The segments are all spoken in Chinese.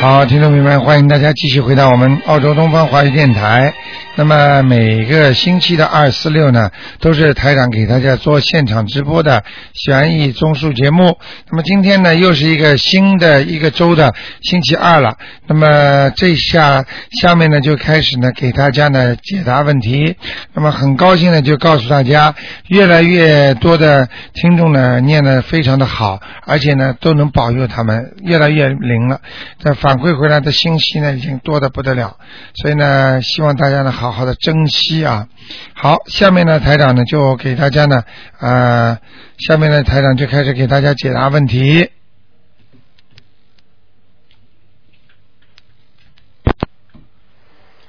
好，听众朋友们，欢迎大家继续回到我们澳洲东方华语电台。那么每个星期的二、四、六呢，都是台长给大家做现场直播的悬疑综述节目。那么今天呢，又是一个新的一个周的星期二了。那么这下下面呢，就开始呢给大家呢解答问题。那么很高兴呢，就告诉大家，越来越多的听众呢念的非常的好，而且呢都能保佑他们越来越灵了。这反馈回来的信息呢，已经多的不得了，所以呢，希望大家呢好好的珍惜啊。好，下面呢，台长呢就给大家呢，呃，下面呢，台长就开始给大家解答问题。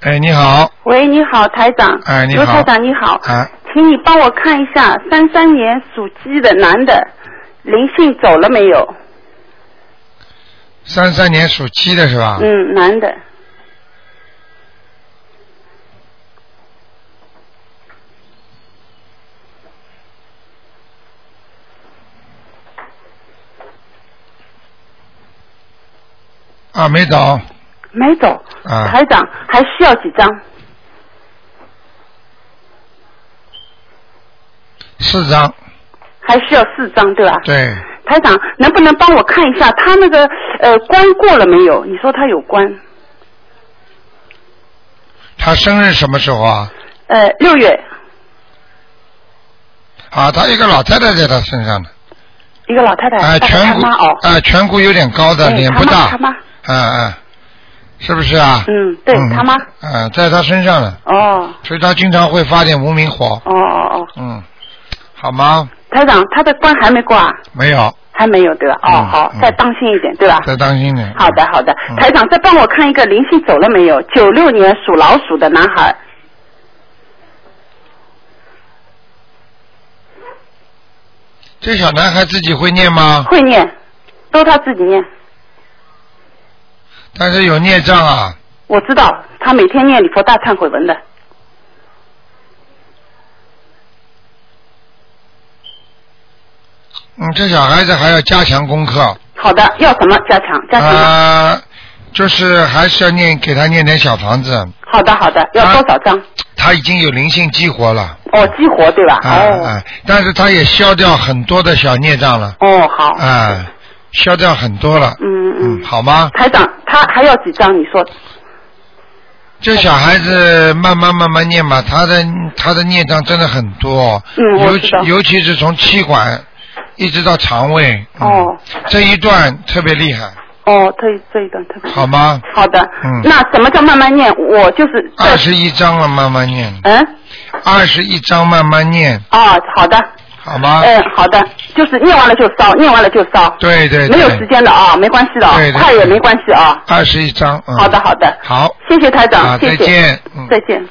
哎，你好，喂，你好，台长。哎你刘好台长，你好，啊，请你帮我看一下，三三年属鸡的男的，灵性走了没有？三三年属鸡的是吧？嗯，男的，啊，没走没走。啊，台长，还需要几张？四张，还需要四张，对吧？对，台长，能不能帮我看一下他那个呃关过了没有？你说他有关，他生日什么时候啊？呃，六月啊，他一个老太太在他身上呢，一个老太太，啊，大概颧他骨妈哦，啊，颧骨有点高的，对脸他不妈大，他妈，嗯嗯，是不是啊？嗯，对嗯他妈，嗯，在他身上呢，哦所以他经常会发点无名火，哦哦哦，嗯，好吗？台长，他的关还没过啊？没有，还没有对吧？哦，嗯好，嗯再当心一点对吧？再当心点。好的，好的嗯，台长，再帮我看一个灵性走了没有？九六年属老鼠的男孩，这小男孩自己会念吗？会念，都他自己念。但是有孽障啊，我知道他每天念礼佛大忏悔文的，嗯，这小孩子还要加强功课，好的，要什么加强？加强吗。啊、就是还是要念，给他念点小房子。好的，好的，要多少啊张？他已经有灵性激活了，哦，激活对吧？啊、哦，啊，但是他也消掉很多的小孽障了，哦，好，啊、消掉很多了，嗯嗯，嗯，好吗？台长，他还要几张？你说，这小孩子慢慢慢慢念吧，他的他的孽障真的很多，嗯我尤知其道尤其是从气管一直到肠胃，嗯、哦，这一段特别厉害，哦，这这一段特别好吗？好的嗯，那什么叫慢慢念？我就是在二，十一章了，慢慢念，嗯，二十一章慢慢念，哦，好的，好吗？嗯，好的，就是念完了就烧，念完了就烧，对对对，没有时间的啊，没关系的啊对，对快也没关系啊。二十一章，嗯，好的，，好的，好，谢谢台啊，长，谢再谢，见，嗯，再见。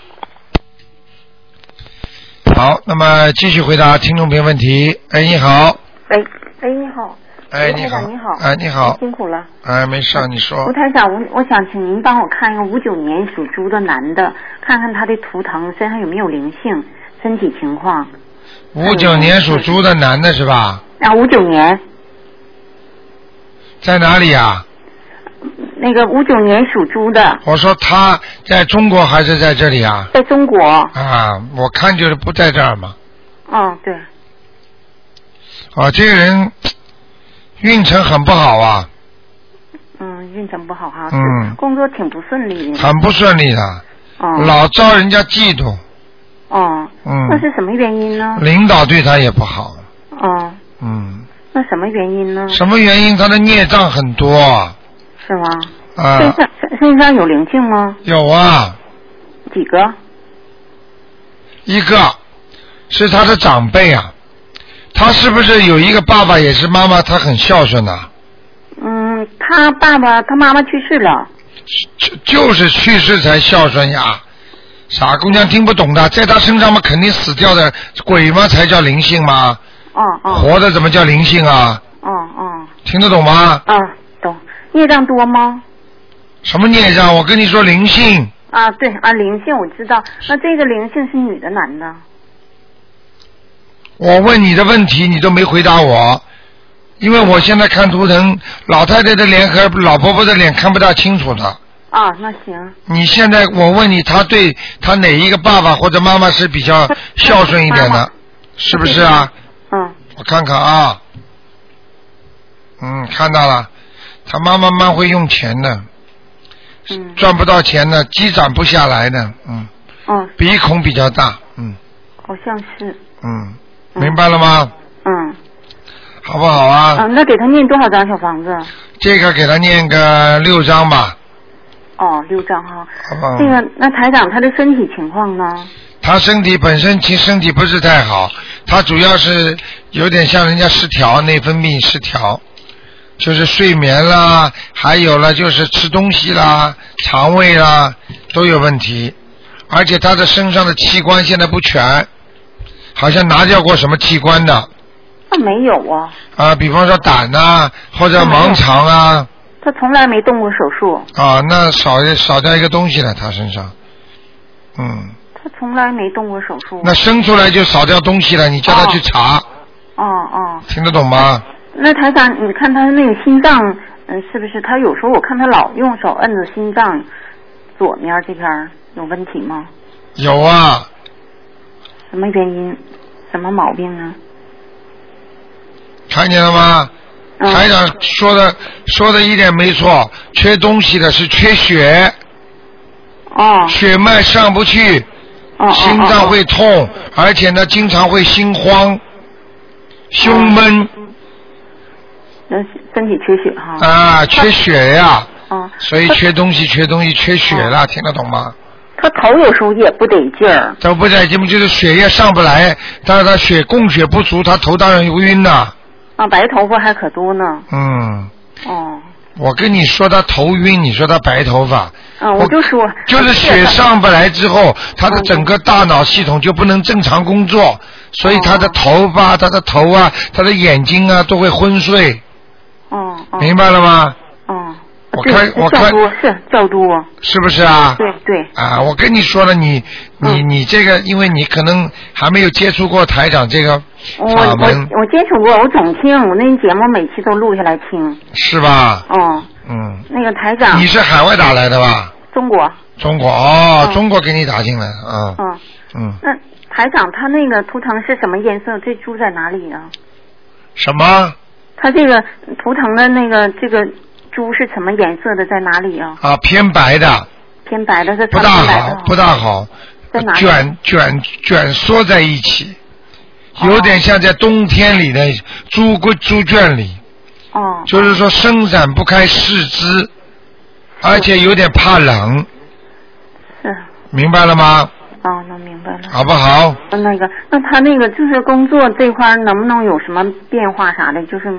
好，那么继续回答听众朋友问题。哎，你好，喂，喂，你好，哎，卢你台好，长你好哎，你好，辛苦了，哎，没事儿，你说吴，台长，我我想请您帮我看一个五九年属猪的男的，看看他的图腾身上有没有灵性，身体情况。五九年属猪的男的是吧？啊，五九年，在哪里啊？那个五九年属猪的，我说他在中国还是在这里啊？在中国。啊，我看就是不在这儿嘛。嗯，对，啊，这个人运程很不好啊，嗯，运程不好哈，嗯工作挺不顺利的。很不顺利的，嗯，老招人家嫉妒，嗯，那嗯，是什么原因呢？领导对他也不好，嗯，嗯。那什么原因呢？什么原因？他的孽障很多啊，是吗？啊身上身身上有灵性吗？有啊，几个？一个是他的长辈啊，他是不是有一个爸爸也是妈妈？他很孝顺呐、啊嗯，他爸爸他妈妈去世了。就就是去世才孝顺呀。傻姑娘听不懂的，在他身上嘛，肯定死掉的鬼嘛才叫灵性嘛，哦哦活的怎么叫灵性啊？哦哦听得懂吗？啊，懂。业障多吗？什么孽障？我跟你说，灵性啊，对啊，灵性我知道。那这个灵性是女的男的？我问你的问题，你都没回答我。因为我现在看图腾，老太太的脸和老婆婆的脸看不大清楚的。啊，那行，你现在我问你，她对她哪一个爸爸或者妈妈是比较孝顺一点妈的妈，是不是啊？嗯，我看看啊，嗯，看到了，她妈妈蛮会用钱的，嗯，赚不到钱的，积攒不下来的，嗯，哦，鼻孔比较大，嗯好像是，嗯，明白了吗？嗯，好不好啊？啊，那给他念多少张小房子？这个给他念个六章吧，哦，六张哈。好不好？这个，那台长他的身体情况呢？他身体本身其实身体不是太好，他主要是有点像人家失调，内分泌失调，就是睡眠啦，还有了就是吃东西啦、肠胃啦都有问题，而且他的身上的器官现在不全，好像拿掉过什么器官的他没有啊，啊，比方说胆呐、或者盲肠啊他从来没动过手术，啊，那少少掉一个东西了，他身上，嗯。他从来没动过手术。那生出来就少掉东西了，你叫他去查，哦哦，听得懂吗？那台长，你看他那个心脏，嗯，是不是他有时候我看他老用手摁着心脏左面这边儿有问题吗？有啊，什么原因？什么毛病啊？看见了吗？嗯台长说的说的一点没错，缺东西的是缺血，哦血脉上不去，哦哦，心脏会痛，而且呢经常会心慌、胸哦闷人身体缺血哈。啊，缺血呀、哦，所以缺东西，缺东西，缺血了，听得懂吗？他头有时候也不得劲儿。这不在节目就是血液上不来，但是他血供血不足，他头当然晕了、啊，白头发还可多呢。嗯。哦，我跟你说他头晕，你说他白头发，啊，我我就说，哦就是血上不来之嗯后，他的啊整个大脑系统就不能正常工作，所以他的头发、他的头啊、他的眼睛啊都会昏睡，哦哦明白了吗？哦，我对看是我看较多是较多，是不是啊？对对，啊，我跟你说了，你你嗯你这个，因为你可能还没有接触过台长这个我法我门，我接触过，我总听，我那节目每期都录下来听。是吧？哦，嗯，那个台长你，是啊海外打来的吧？中国，中国哦，嗯中国给你打进来啊，嗯，嗯，那台长他那个图腾是什么颜色？这猪在哪里啊？什么？他这个图腾的那个这个猪是什么颜色的？在哪里啊？啊，偏白的，偏白的，是不偏大白好的，不大好，在哪里卷卷卷缩在一起，有点像在冬天里的猪骨猪圈里，哦，就是说伸展不开四肢，而且有点怕冷，是明白了吗？哦，能明白了。好不好？那个，那他那个就是工作这块儿能不能有什么变化啥的？就是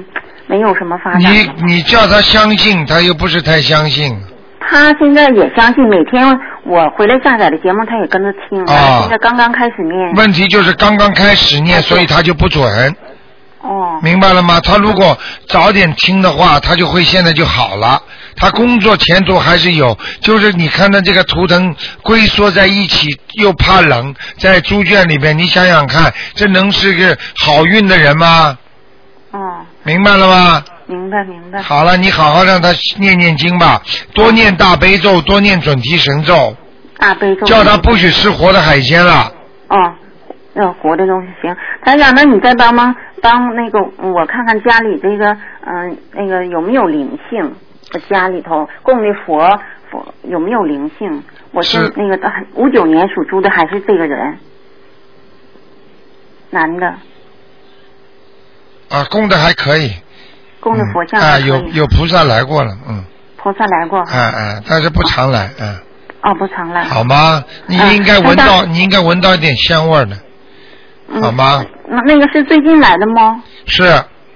没有什么发展你了吗。你叫他相信，他又不是太相信，他现在也相信，每天我回来下载的节目，他也跟着听。啊现在刚刚开始念。问题就是刚刚开始念，啊所以对他就不准，哦明白了吗？他如果早点听的话，他就会现在就好了。他工作前途还是有，就是你看到这个图腾龟缩在一起，又怕冷，在猪圈里面，你想想看，这能是个好运的人吗？哦，明白了吗？明白明白。好了，你好好让他念念经吧，多念大悲咒，多念准提神咒，大悲咒。叫他不许吃活的海鲜了。哦，那活的东西行。台长，那你再帮忙帮那个我看看家里这个嗯、那个有没有灵性？我家里头供的佛佛有没有灵性？我是那个五九年属猪的还是这个人？男的，啊，供的还可以，供的嗯佛像啊，还可以、啊有有菩萨来过了，嗯，菩萨来过，哎、哎、但是不常来，嗯、哦，不常来。好吗？你嗯应该闻台到，长你应该闻到一点香味儿的，嗯好吗？那那个是最近来的吗？是，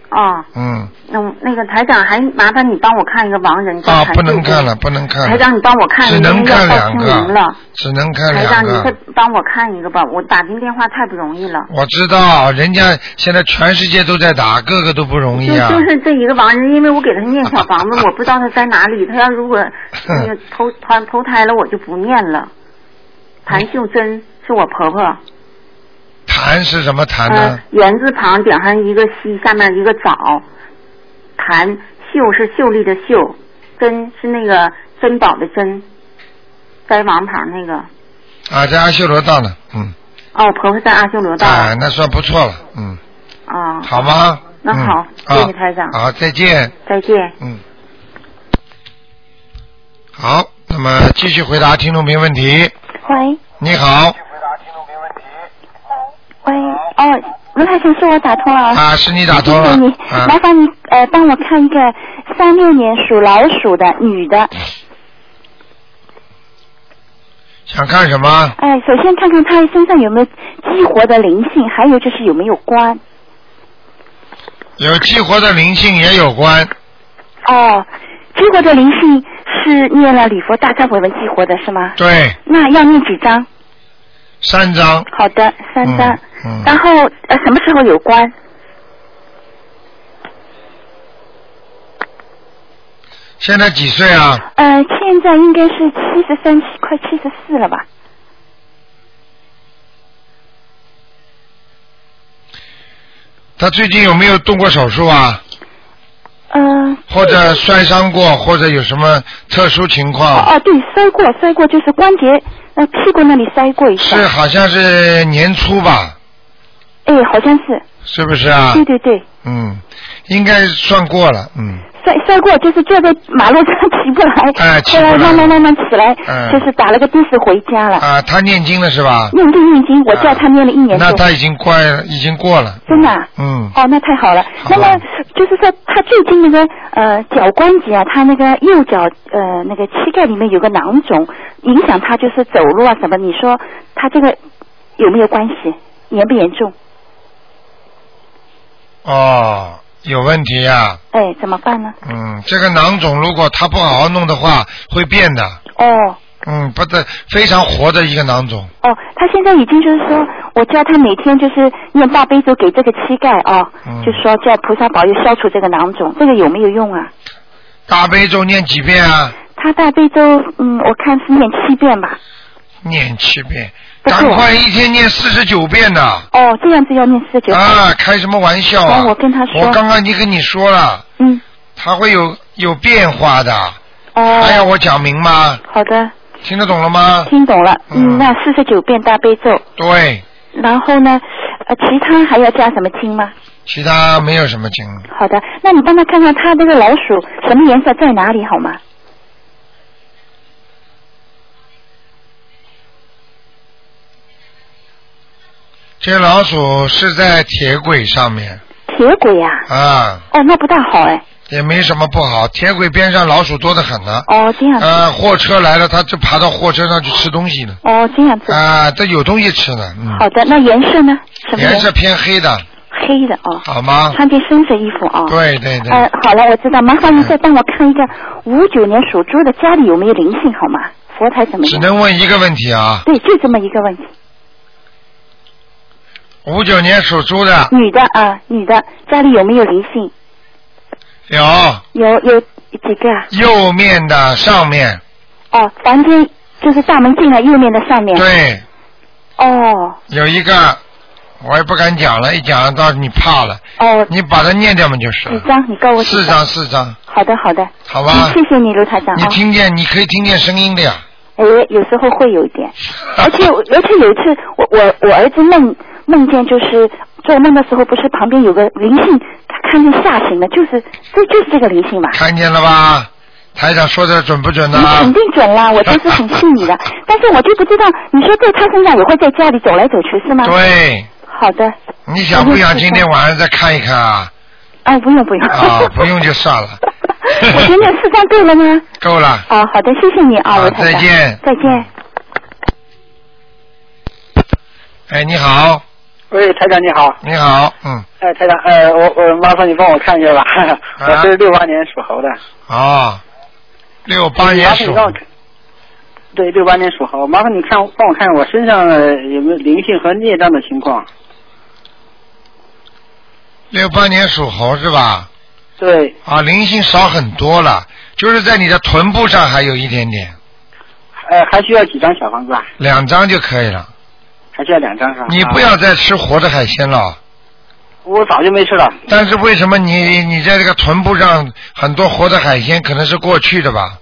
哦，嗯，那我那个台长还麻烦你帮我看一个亡人叫啊，谭不能志军看了，不能看台了，长，你帮我看，只能因为要看报两清明个了。，只能看台长，两你再个。帮我看一个吧，我打进电话太不容易了。我知道，人家现在全世界都在打，个个都不容就易啊。就是这一个亡人，因为我给他念小房 子，我不知道他在哪里。他要如果那个投投投胎了，我就不念了。谭秀珍是我婆婆，啊谈是什么谈嗯、呢？言字旁顶上一个西，下面一个枣，寒，秀是秀丽的秀，珍是那个珍宝的珍，在王旁那个。啊，在阿修罗道了，嗯，哦，婆婆在阿修罗道。啊，那算不错了，嗯，啊。好吗？那好嗯、谢谢啊台长好，再见。再见。嗯，好，那么继续回答听众朋友问题。喂你好，喂，哦，卢太长是我打通了啊。啊，是你打通了谢谢你，，啊麻，烦你呃帮我看一个三六年属老鼠的女的，嗯想看什么？哎、首先看看她身上有没有激活的灵性，还有就是有没有关。有激活的灵性也有关，哦，激活的灵性是念了礼佛大忏悔文激活的是吗？对，那要念几张？三张，好的，三张。嗯嗯然后呃什么时候有关？现在几岁啊？呃，现在应该是七十三，快七十四了吧？他最近有没有动过手术啊？嗯、或者摔伤过，或者有什么特殊情况？哦哦，对，摔过，摔过，就是关节呃屁股那里摔过一下。是，好像是年初吧，哎，好像是，是不是啊对？对对，嗯，应该算过了，嗯，摔摔过，就是坐在马路上 起不来，哎起后来不来慢慢慢慢起来，嗯就是打了个的士回家了。啊，他念经了是吧？念经念经，我叫他念了一年多。那他已经快已经过了，真的啊嗯，哦，那太好了。好那么就是说，他最近那个呃脚关节啊，他那个右脚呃那个膝盖里面有个囊肿，影响他就是走路啊什么。你说他这个有没有关系？严不严重？哦，有问题啊，哎，怎么办呢？嗯，这个囊肿如果他不好好弄的话，会变的，哦嗯，不得非常活的一个囊肿，哦，他现在已经就是说，我叫他每天就是念大悲咒给这个膝盖啊、嗯就说叫菩萨保佑消除这个囊肿，这个有没有用啊？大悲咒念几遍啊？他大悲咒，嗯，我看是念七遍吧。念七遍，不赶够快一天念四十九遍呐、哦，这样子要念四十九。啊，开什么玩笑啊！哦我跟他说我刚刚已经跟你说了，嗯，他会有有变化的，哦。还要我讲明吗？好的，听得懂了吗？听懂了。嗯嗯，那四十九遍大悲咒，对，然后呢，呃，其他还要加什么经吗？其他没有什么经了。好的，那你帮他看看他这个老鼠什么颜色在哪里好吗？这老鼠是在铁轨上面铁轨呀、啊，哦，那不大好哎。也没什么不好。铁轨边上老鼠多得很呢。哦，这样子。啊，货车来了，它就爬到货车上去吃东西呢。哦，这样子。啊，它有东西吃呢。嗯。好的，那颜色呢？什么颜色？偏黑的，黑的哦。好吗？穿件深色衣服哦。。啊对对对。呃，好了，我知道，麻烦您再帮我看一个五九年属猪的家里有没有灵性好吗？佛台怎么只样？能问一个问题啊，对，就这么一个问题。五九年属猪的女的啊，女的家里有没有灵性？有有有几个啊？右面的上面，哦，房间就是大门进来右面的上面。。对，哦有一个，我也不敢讲了，一讲了到时你怕了，哦，你把它念掉嘛就是几了。张？你告诉我几四张，四张，好的好的。好吧嗯？谢谢你，卢台长你啊。听见，你可以听见声音的呀。哎，有时候会有一 点，而且我而且有一次，我我我儿子梦梦见就是做梦的时候，不是旁边有个灵性，他看见吓醒了，就是这就是这个灵性嘛。看见了吧？台长说的准不准你呢、肯定准啦，我就是很信 你的，但是我就不知道，你说在他身上也会在家里走来走去是吗？。啊对，好的，你想不想今天晚上再看一看 啊？哎，不用不用。。啊，不用就算了 我觉得四张够 了吗？够了。啊，好的，谢谢你啊，好罗台再长。见再见。哎，你好，喂，台长你好，你好，嗯，哎，台长，呃，我我麻烦你帮我看一下吧， 我是六八年属猴的，啊，六八麻年烦属你，帮我看，对，六八年属猴，麻烦你看帮我看看我身上呃有没有灵性和孽障的情况，六八年属猴是吧？对，啊，灵性少很多了，就是在你的臀部上还有一点点，呃，还需要几张小房子啊？两张就可以了。还需要两张是吧？你不要再吃活的海鲜了，啊我早就没吃了。但是为什么你你在这个臀部上很多活的海鲜可能是过去的吧？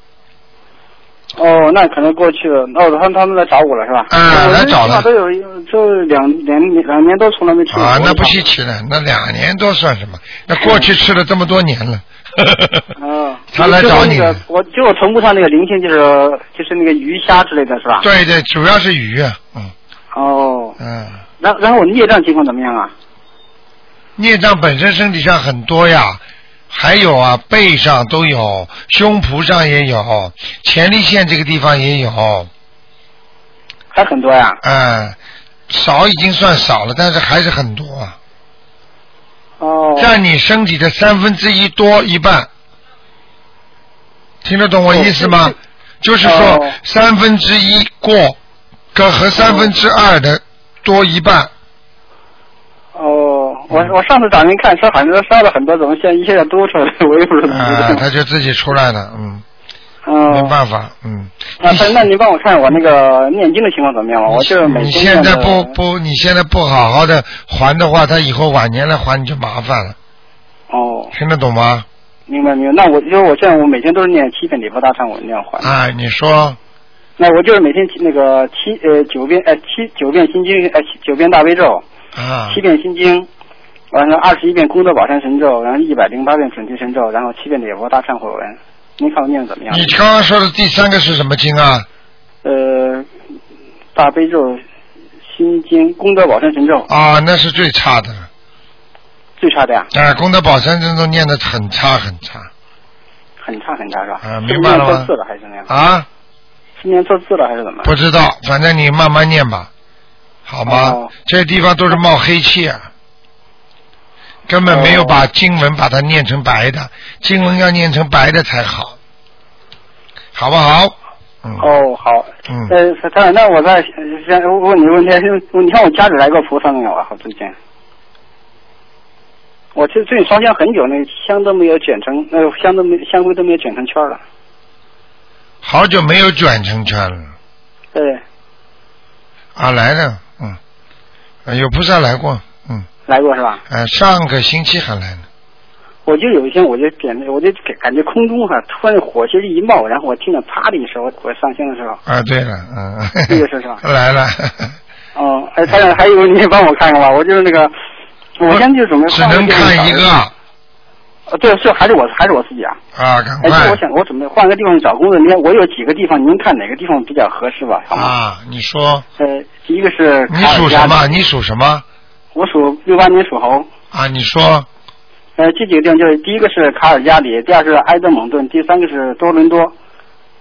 哦，那可能过去了。哦，他们他们来找我了是吧？嗯我来这找起码了都有一就两两年两年多从来没吃过。啊，我那不想稀。奇了，那两年多算什么？ 那过去吃了这么多年了。 嗯，他来就是找你那个，我就我臀部上那个鳞性，就是就是那个鱼虾之类的是吧？。对对，主要是鱼啊，嗯哦，嗯，然然后我孽障情况怎么样啊？孽障本身身体上很多呀，还有啊背上都有，胸脯上也有，前列腺这个地方也有，还很多呀。嗯，少已经算少了，但是还是很多啊，哦。占你身体的三分之一多一半，听得懂我意思吗？就是说哦三分之一过，跟和三分之二的多一半，哦，我我上次打您看说好像杀了很多，怎么现在一下子 多出来了？我也不知道。啊，他就自己出来了，嗯，嗯。没办法，嗯。啊，那那您帮我看我那个念经的情况怎么样吧？我就是每你天现在念不哎的不，你现在不好好的还的话，他以后晚年来还你就麻烦了，哦，听得懂吗？明白明白。那我就是我现在我每天都是念七遍礼佛大忏，我那样还。啊，你说那我就是每天那个七呃九遍呃七九遍心经呃七九遍大悲咒，啊七，遍心经，完了二十一遍功德宝山神咒，然后一百零八遍准提神咒，然后七遍礼佛大忏悔文。您看我念的怎么样？你刚刚说的第三个是什么经啊？呃，大悲咒、心经、功德宝山神咒啊，那是最差的了。最差的呀，啊，功德宝山真都念得很差很差很差很差是吧？啊是明白了吗念错字了还是怎么样？啊！是念错字了还是怎么？不知道，反正你慢慢念吧，好吗？哦这地方都是冒黑气啊，根本没有哦把经文把它念成白的，经文要念成白的才好，好不好？嗯。哦，好，嗯呃，他长，那我再先问你问题，你看我家里来过菩萨没有啊？最近，我这最近烧香很久，那香都没有卷成，那香都没香灰都没有卷成圈了。好久没有卷成圈了对，啊，来了，嗯，啊有菩萨来过，嗯，来过是吧？呃、上个星期还来呢，我就有一天，我就感觉，我就感感觉空中哈、突然火星一冒，然后我听到啪的一声，我我上香的时候，啊，对了，嗯，这个是啥来了，哦，哎，他长还有你帮我看看吧，我就是那个，我现在就准备只换能地方看找一个呃对，是还是我还是我自己啊？啊，赶哎，就快我想，我准备换个地方找工作。您看我有几个地方，您看哪个地方比较合适吧？好吗？啊，你说呃，第一个是你卡属尔加什里么？？你属什么？我属六八年属猴。啊，你说呃，这几个地方就是第一个是卡尔加里，第二是埃德蒙顿，第三个是多伦多。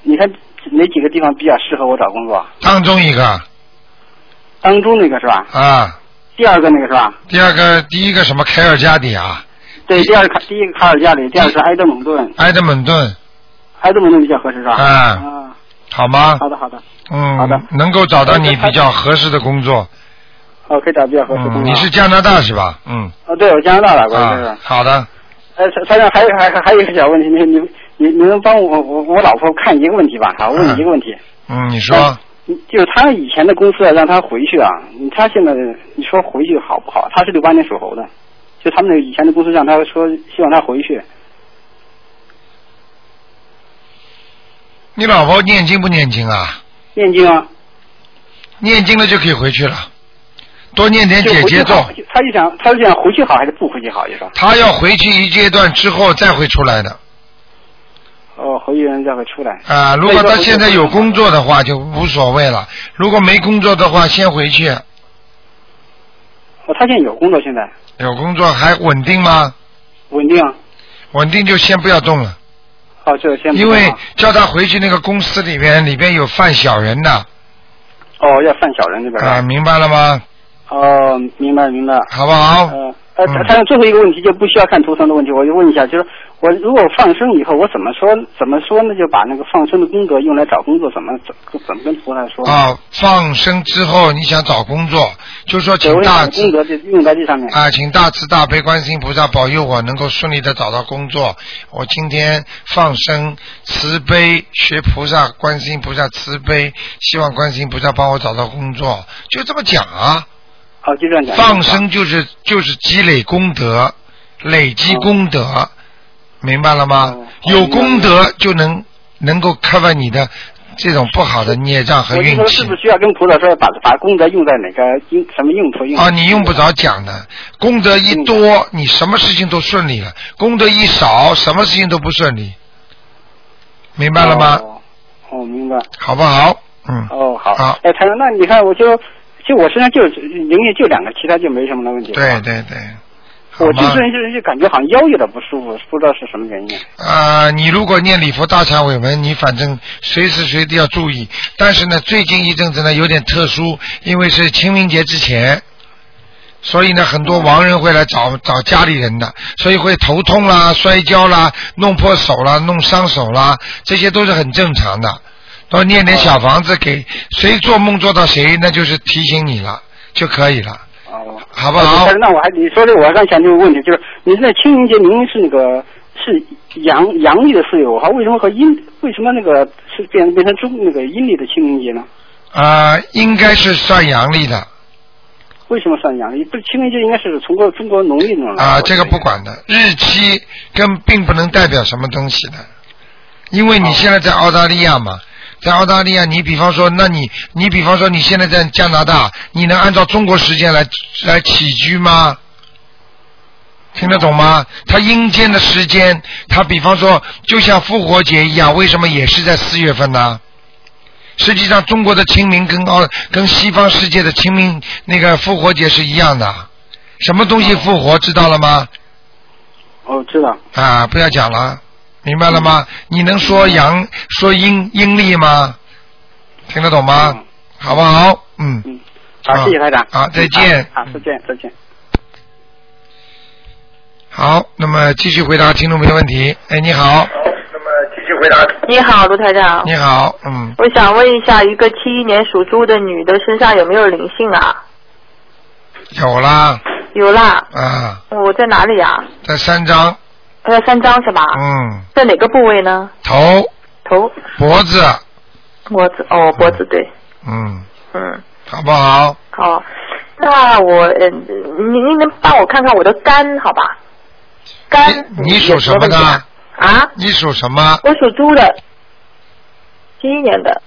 你看哪几个地方比较适合我找工作？啊当中一个当中那个是吧？啊，第二个那个是吧？第二个第一个什么凯尔加里啊，对，第二个卡第一个卡尔加里，第二个是埃德蒙顿，埃德蒙顿，埃德蒙顿比较合适是吧？嗯啊，好吗？好的好的，嗯，好的能够找到你那就比较合适的工作。哦，可以找比较合适的嗯，工作。你是加拿大是吧？嗯，哦，对，我加拿大来过，就是。啊，好的。呃，台长，还有还还还有一个小问题，你你你你能帮我我我老婆看一个问题吧？啊，问你一个问题，嗯，你说、哎就是她以前的公司啊让她回去啊，你她现在你说回去好不好？她是六八年属猴的，就他们那个以前的公司让她说希望她回去，哎你老婆念经不念经啊？念经啊，念经了就可以回去了，多念点就姐回去姐咒好。，她就想她就想回去好还是不回去好？就说她要回去一阶段之后再会出来的哦，回去人再会出来。啊、如果所以说她回去现在不有好工作的话就无所谓了，如果没工作的话先回去。哦，她现在有工作，现在有工作还稳定吗？稳定啊。稳定就先不要动了，哦，这个先不因为动啊叫她回去那个公司里边里边有犯小人的啊、哦要犯小人这边是吧明白了吗？哦，明白明白。好不好？呃，呃，嗯他他最后一个问题就不需要看图腾的问题，我就问一下，就是我如果放生以后，我怎么说怎么说呢？就把那个放生的功德用来找工作，怎么怎怎么跟菩萨说？，啊，放生之后你想找工作，就说对，请我大想慈功德就用在这上面。啊，请大慈大悲观世音菩萨保佑我能够顺利的找到工作。我今天放生慈悲，学菩萨观世音菩萨慈悲，希望观世音菩萨帮我找到工作，就这么讲啊。好，就这样讲。放生就是就是积累功德，累积功德，明白了吗？哦有功德就能能够 cover 你的这种不好的孽障和我就运说气是。不是需要跟菩萨说把把功德用在哪个用什么用途用？啊，你用不着讲的，功德一嗯多，你什么事情都顺利了；功德一少，什么事情都不顺利。明白了吗？哦？哦，明白。好不好？嗯。哦，好。好哎，台长，那你看，我就就我身上就灵性就两个，其他就没什么的问题。对。对对。好我就吗？是就是就感觉好像腰有点不舒服，不知道是什么原因。呃，你如果念礼佛大忏悔文，你反正随时随地要注意。但是呢，最近一阵子呢有点特殊，因为是清明节之前，所以呢很多亡人会来找找家里人的，所以会头痛啦、摔跤啦、弄破手啦、弄伤手啦，这些都是很正常的。多念点小房子给谁做梦做到谁，那就是提醒你了就可以了，哦。好不好但？是那我还你说这我刚想这个问题，就是您在清明节您是那个是阳阳历的四月五号，为什么和阴为什么那个是变变成中那个阴历的清明节呢？啊，应该是算阳历的。为什么算阳历？不是清明节应该是从过中国农历那种来啊，过这个不管的，日期跟并不能代表什么东西的，因为你现在在澳大利亚嘛，在澳大利亚，你比方说，那你你比方说你现在在加拿大，你能按照中国时间来来起居吗？听得懂吗？它阴间的时间，它比方说就像复活节一样，为什么也是在四月份呢？实际上，中国的清明跟澳跟西方世界的清明那个复活节是一样的。什么东西复活，知道了吗？哦，知道。啊，不要讲了，明白了吗？嗯你能说阳说阴阴历吗？听得懂吗？嗯好不好？嗯。啊嗯好，谢谢台长。嗯好再见好，好再见，再见。好，那么继续回答听众朋友问题。哎，你好，你好，卢台长。你好，嗯，我想问一下，一个七一年属猪的女的身上有没有灵性啊？有啦，有啦，啊，我在哪里啊？这三张，呃，三张是吧？嗯，在哪个部位呢？头、头、脖子，脖子，哦，脖子对，嗯，嗯，好不好？好。那我，嗯，你你能帮我看看我的肝好吧？肝嗯你你有属什么问题的啊？？啊，你属什么？我属猪的，七一年的，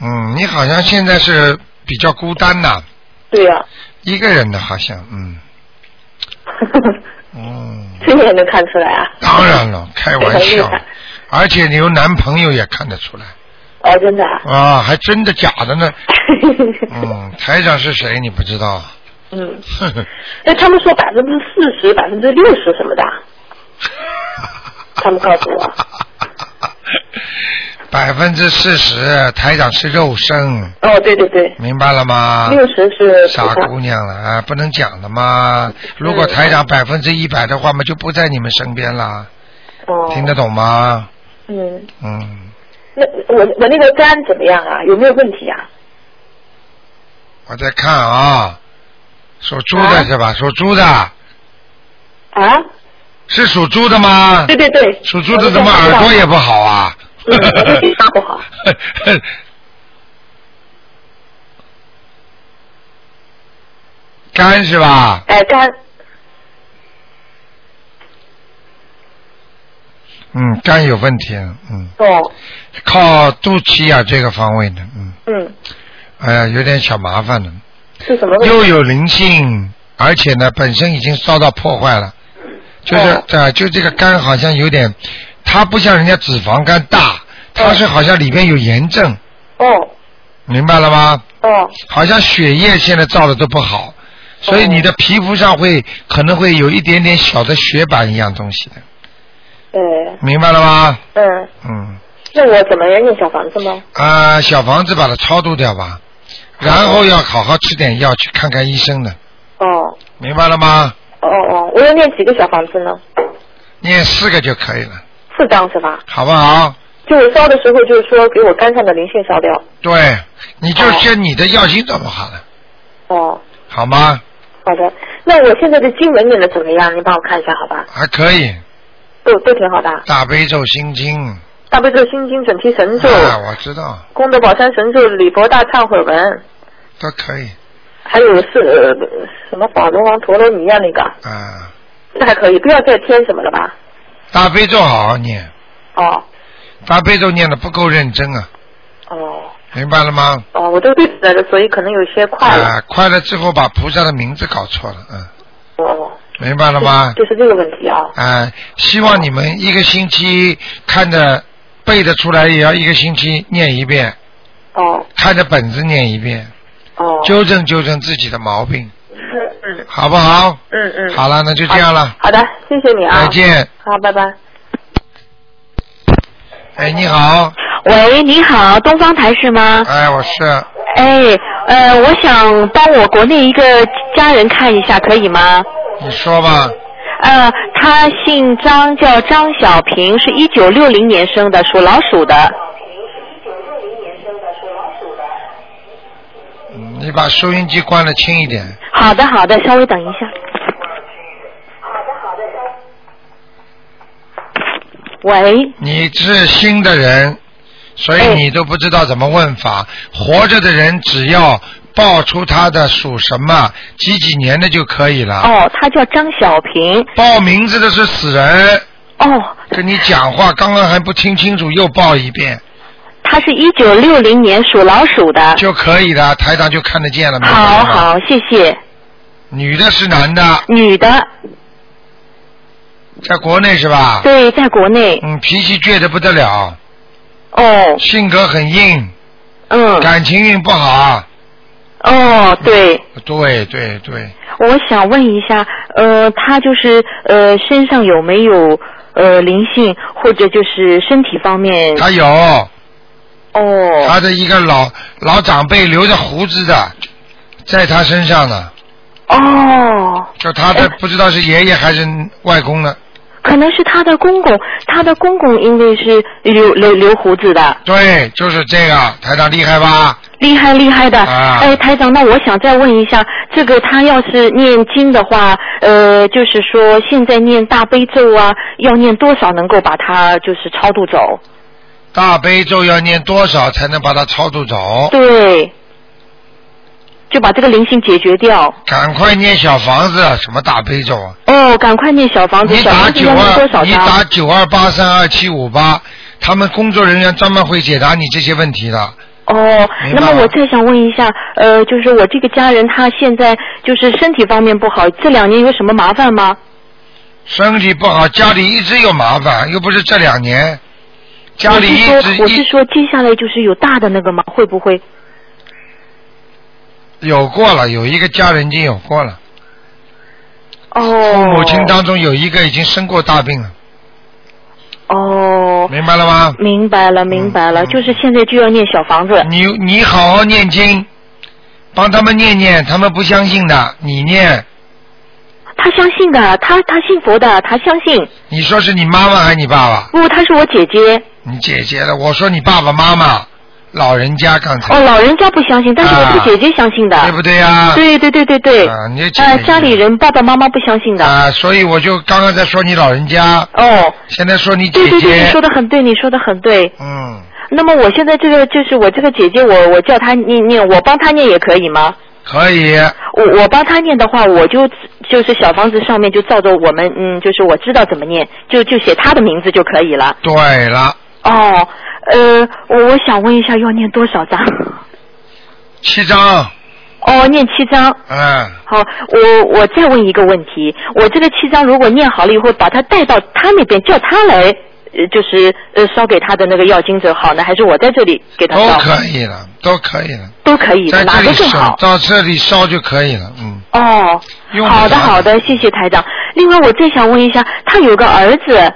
嗯，你好像现在是比较孤单呐，对呀、一个人的，好像，嗯，嗯。哎这个也能看出来啊？当然 了，开玩很厉笑害，而且你有男朋友也看得出来哦，真的、啊。啊，还真的假 的呢。嗯，台长是谁你不知道？ 嗯，那他们说百分之四十、百分之六十什么的啊，他们告诉 我，百分之四十，台长是肉身，哦，对对对，明白了吗？六十是傻姑娘了啊，不能讲的嗯嘛。如果台长百分之一百的话嘛，就不在你们身边了，哦，听得懂吗？嗯，嗯，那我我那个肝怎么样啊？有没有问题啊？我在看啊，属猪的是吧？属猪的，啊，是属猪的吗？对对对，属猪的怎么耳朵也不好啊？嗯我的非常不好。 肝是吧？哎肝，嗯，肝有问题，嗯，哦，靠肚脐眼、这个方位的，嗯，嗯，哎呀，有点小麻烦了，是什么问题？又有灵性，而且呢，本身已经遭到破坏了，就是啊哦、呃就这个肝好像有点，它不像人家脂肪肝大，它是好像里边有炎症，哦明白了吗？哦好像血液现在造的都不好，所以你的皮肤上会可能会有一点点小的血板一样东西的，呃明白了吗？嗯，嗯，那我怎么样用小房子吗？啊、小房子把它超度掉吧，然后要好好吃点药，去看看医生的，哦哦明白了吗？哦，我要念几个小房子呢？念四个就可以了，四张是吧？好不好？就是烧的时候，就是说给我肝上的灵性烧掉。对，你就先你的药性怎么好了，哦，好吗？好的，那我现在的经文念的怎么样？你帮我看一下好吧？还可以，都都挺好的。大悲咒心经。大悲咒心经准提神咒。啊，我知道。功德宝山神咒、李博大忏悔文。都可以。还有是、呃、什么法轮王陀罗尼啊那个。啊。这还可以，不要再添什么了吧？大悲咒好好念。哦。大悲咒念的不够认真啊。哦。哎明白了吗？哦，我都对起来了，所以可能有些快了。啊，快了之后把菩萨的名字搞错了，嗯。哦。明白了吗？就是这个问题啊。啊，希望你们一个星期看着背得出来，也要一个星期念一遍。哦。看着本子念一遍。哦。纠正纠正自己的毛病。嗯嗯。好不好？嗯嗯。好了，那就这样了。好的，谢谢你啊。再见。好，拜拜。哎，你好。喂，你好，东方台是吗？哎，我是。哎，呃，我想帮我国内一个家人看一下，可以吗？你说吧。呃，他姓张，叫张小平，是一九六零年生的，属老鼠的。嗯，你把收音机关的轻一点。好的，好的，稍微等一下。喂。哎你是新的人，所以你都不知道怎么问法。活着的人只要。报出他的属什么几几年的就可以了。哦，他叫张小平。报名字的是死人。哦。跟你讲话，刚刚还不听清楚，又报一遍。他是一九六零年属老鼠的。就可以的，台长就看得见了。好好，谢谢。女的是男的？女的。在国内是吧？对，在国内。嗯，脾气倔得不得了。哦。性格很硬。嗯。感情运不好。哦，对，对对对。我想问一下，呃，他就是呃身上有没有呃灵性，或者就是身体方面？他有。哦。他的一个老老长辈留着胡子的，在他身上呢。哦。就他的不知道是爷爷还是外公呢。可能是他的公公，他的公公因为是留留留胡子的。对，就是这个，台长厉害吧？厉害厉害的，啊、哎，台长，那我想再问一下，这个他要是念经的话，呃，就是说现在念大悲咒啊，要念多少能够把他就是超度走？大悲咒要念多少才能把他超度走？对，就把这个灵性解决掉。赶快念小房子，什么大悲咒啊？哦，赶快念小房子，你打啊九二，你打九二八三二七五八，他们工作人员专门会解答你这些问题的。哦，那么我再想问一下，呃，就是我这个家人他现在就是身体方面不好，这两年有什么麻烦吗？身体不好，家里一直有麻烦，又不是这两年，家里一直。我是说，接下来就是有大的那个吗？会不会？有过了，有一个家人已经有过了。哦。父母亲当中有一个已经生过大病了。哦，明白了吗？嗯明白了，明白了，嗯、就是现在就要念小房子。你你好好念经，帮他们念念，他们不相信的，你念。他相信的，他他信佛的，他相信。你说是你妈妈还是你爸爸？不，他是我姐姐。你姐姐的，我说你爸爸妈妈，老人家刚才。哦，老人家不相信，但是我是姐姐相信的。啊、对不对呀、啊？对对对对对。啊，你姐,姐。啊，家里人爸爸妈妈不相信的。啊，所以我就刚刚在说你老人家。哦。现在说你姐姐。对对对，你说的很对，你说的很对。嗯。那么我现在这个就是我这个姐姐，我我叫她念念，我帮她念也可以吗？可以。我我帮她念的话，我就就是小房子上面就照着我们嗯，就是我知道怎么念，就就写她的名字就可以了。对了。哦，呃，我我想问一下，要念多少张？七张。哦，念七张。嗯。好，我我再问一个问题，我这个七张如果念好了以后，把它带到他那边，叫他来，呃，就是呃烧给他的那个药金者好呢，还是我在这里给他烧？都可以了，都可以了。都可以，在哪个更好？到这里烧就可以了，嗯。哦，好的好的，谢谢台长。另外，我再想问一下，他有个儿子。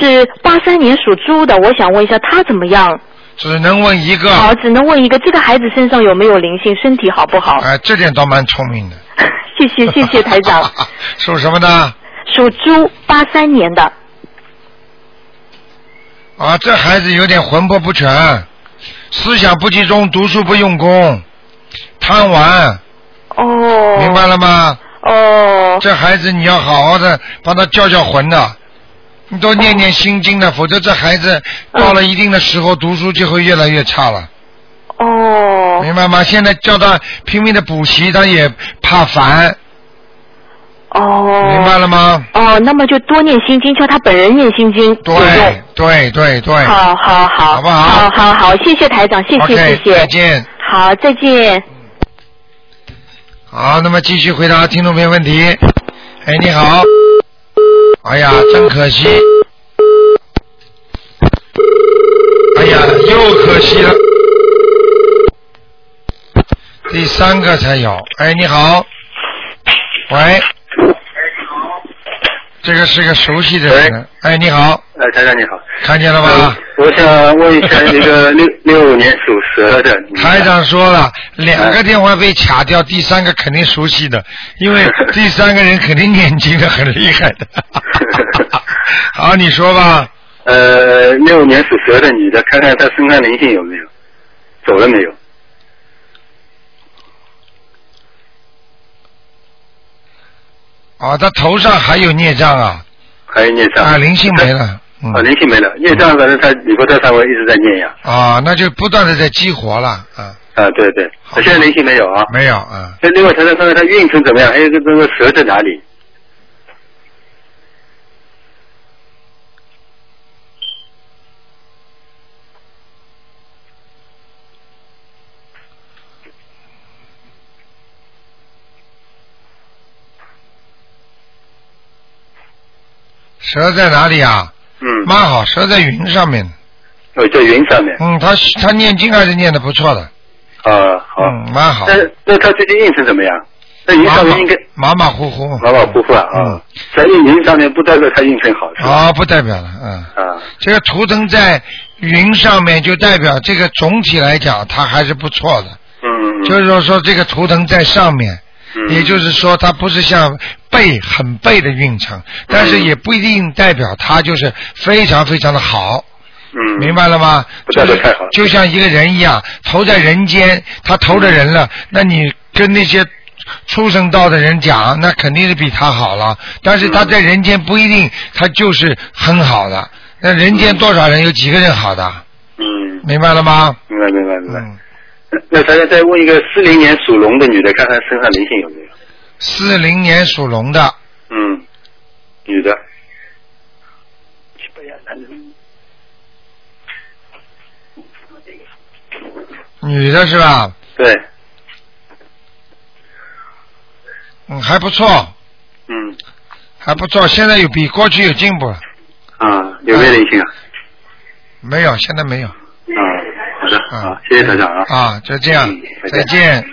是八三年属猪的，我想问一下他怎么样？只能问一个。好，只能问一个。这个孩子身上有没有灵性？身体好不好？哎，这点倒蛮聪明的。谢谢谢谢台长。 属什么呢？属猪，八三年的。啊，这孩子有点魂魄不全，思想不集中，读书不用功，贪玩。哦。明白了吗？哦。这孩子你要好好的帮他教教魂的。你多念念心经的，否则这孩子嗯到了一定的时候，读书就会越来越差了。哦，明白吗？现在叫他拼命的补习，他也怕烦，哦，明白了吗？哦，那么就多念心经，叫他本人念心经有用对。对对对。好好好，好不好好好好谢谢台长，谢谢 OK，谢再谢，见。好，再见。好，那么继续回答听众朋友问题。哎，你好。哎呀，真可惜。哎呀，又可惜了。第三个才有。哎，你好。喂。这个是个熟悉的人。哎，你好，呃，台长你好，看见了吧？我想问一下那个六六五年属蛇的女的，台长说 了，嗯两个电话被卡掉，第三个肯定熟悉的，因为第三个人肯定念经的很厉害的。好，你说吧。呃，六五年属蛇的女的，看看她身上灵性有没有，走了没有？啊，他头上还有孽障啊，还有孽障啊，灵性没了啊，灵性没了，孽障反正她礼佛大忏悔一直在念呀，啊，那就不断的在激活了啊，啊，对对，她现在灵性没有啊。没有啊，那另外，台长看看她运程怎么样，还有一个这个蛇在哪里？蛇在哪里啊？嗯，蛮好，蛇在云上面。哦，在云上面嗯，他他念经还是念的不错的，啊，哦好。嗯，蛮好那，那她最近运程怎么样？在云上面应该马马虎虎。马马虎虎啊，啊，在运云上面不代表她运程好是吧？啊，不代表了，嗯。啊，这个图腾在云上面，就代表这个总体来讲，它还是不错的。嗯，就是说，说这个图腾在上面，嗯也就是说，它不是像背很背的运程，嗯但是也不一定代表它就是非常非常的好。嗯，明白了吗？不就代表是太好了就像一个人一样，投在人间，他投着人了，那你跟那些畜生道的人讲，那肯定是比他好了。但是他在人间不一定，他就是很好的。那人间多少人，有几个人好的？嗯，明白了吗？明白明白明白。嗯那那咱再问一个四零年属龙的女的，看看身上灵性有没有？四零年属龙的，嗯，女的。女的是吧？对，嗯，还不错，嗯，还不错。现在有比过去有进步了，啊，有没有灵性啊？没有，现在没有。啊，好的，啊好，谢谢台长啊。啊，就这样嗯，再再见见。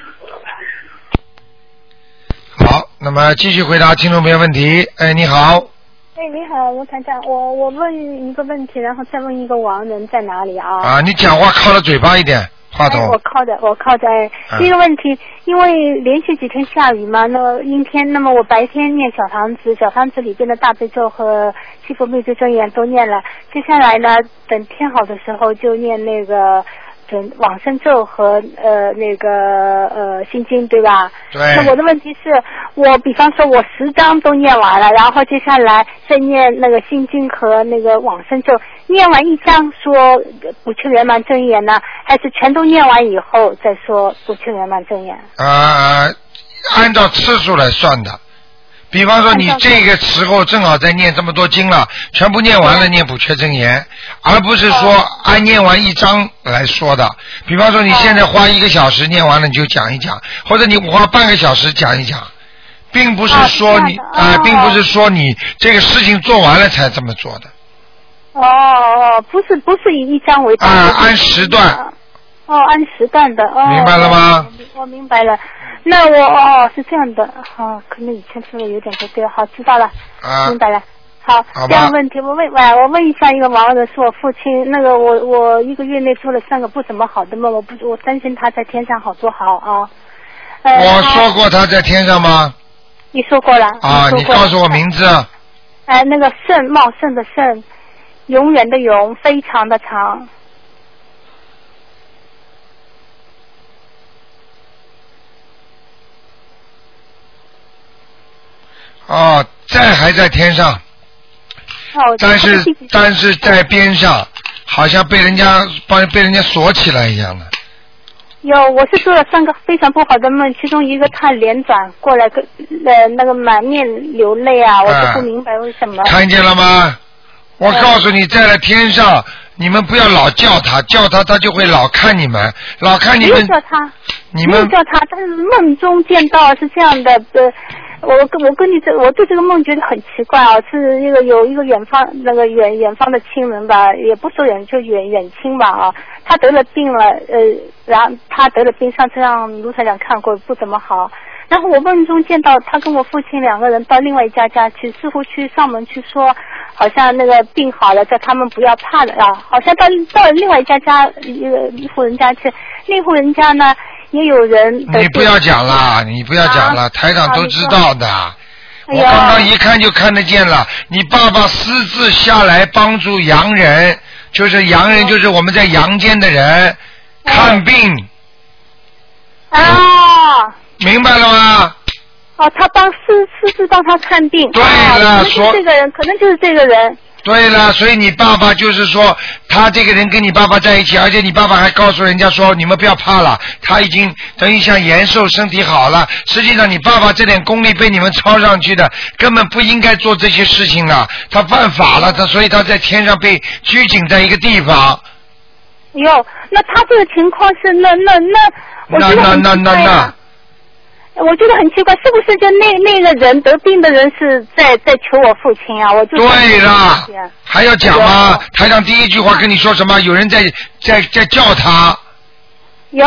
好，那么继续回答听众朋友问题。哎，你好，哎，你好，吴团长，我我问一个问题，然后再问一个亡人在哪里啊？啊，你讲话靠了嘴巴一点，话哎，我筒。靠着，我靠着。哎嗯第一个问题，因为连续几天下雨嘛，那么阴天，那么我白天念小房子，小房子里边的大悲咒和七佛灭罪真言都念了，接下来呢，等天好的时候就念那个准往生咒和呃那个呃心经，对吧？那我对，的问题是，我比方说我十章都念完了，然后接下来再念那个心经和那个往生咒，念完一章说呃不去圆满真言呢，还是全都念完以后再说不去圆满真言？啊，按照次数来算的。比方说，你按照这个时候正好在念这么多经了，全部念完了，念补缺真言，而不是说哦按念完一章来说的。比方说，你现在花一个小时念完了，你就讲一讲，或者你花半个小时讲一讲，并不是啊说你这样的啊、哦并不是说你这个事情做完了才这么做的哦哦，不是不是以一章为单啊、位按时段，哦，按时段的哦。明白了吗我明？我明白了。那我哦是这样的，哦，可能以前说的有点不对，好，知道了。啊、明白了。好好吧，第二个问题，我问，喂，我问一下一个网友，是我父亲，那个我我一个月内做了三个不怎么好的梦，我不我担心他在天上好不好啊？呃、我他说过他在天上吗？你说过了啊，嗯说你过了告诉我名字啊。哎、那个盛茂盛的盛，永远的永，非常的长，哦，在还在天上，哦但是但是在边上，好像被人家帮被人家锁起来一样的。有，我是做了三个非常不好的梦，其中一个他连转过来，跟呃那个满面流泪啊，我啊都不明白为什么。看见了？吗？我告诉你，在了天上，你们不要老叫他，叫他他就会老看你们，老看没你有们，叫他，你没有们叫他，但是梦中见到是这样的，呃，我跟我跟你这，我对这个梦觉得很奇怪啊，是一个有一个远方那个远远方的亲人吧，也不说远就远远亲吧啊，他得了病了，呃，然后他得了病，上次让卢台长看过，不怎么好。然后我梦中见到他跟我父亲两个人到另外一家家去，似乎去上门去说，好像那个病好了，叫他们不要怕了啊。好像到到另外一家家呃一户人家去，那户人家呢也有人得病。你不要讲了，你不要讲了，啊台长都知道的。哎我呀刚刚一看就看得见了，你爸爸私自下来帮助洋人，就是洋哦人就是我们在阳间的人看病，啊。明白了吗？哦，他帮私私自帮他看病。对了，可能就是这个人，可能就是这个人。啊对了，所以你爸爸就是说，他这个人跟你爸爸在一起，而且你爸爸还告诉人家说，你们不要怕了，他已经等于像延寿，身体好了。实际上，你爸爸这点功力被你们抄上去的，根本不应该做这些事情的，他犯法了，他所以他在天上被拘禁在一个地方。哟，那他这个情况是那那那，我那觉得那很那奇那怪啊呀、那，我觉得很奇怪，是不是就那那个人得病的人是在在求我父亲啊？我就对啦，还要讲吗？台长第一句话跟你说什么？有人在在在叫他。哟，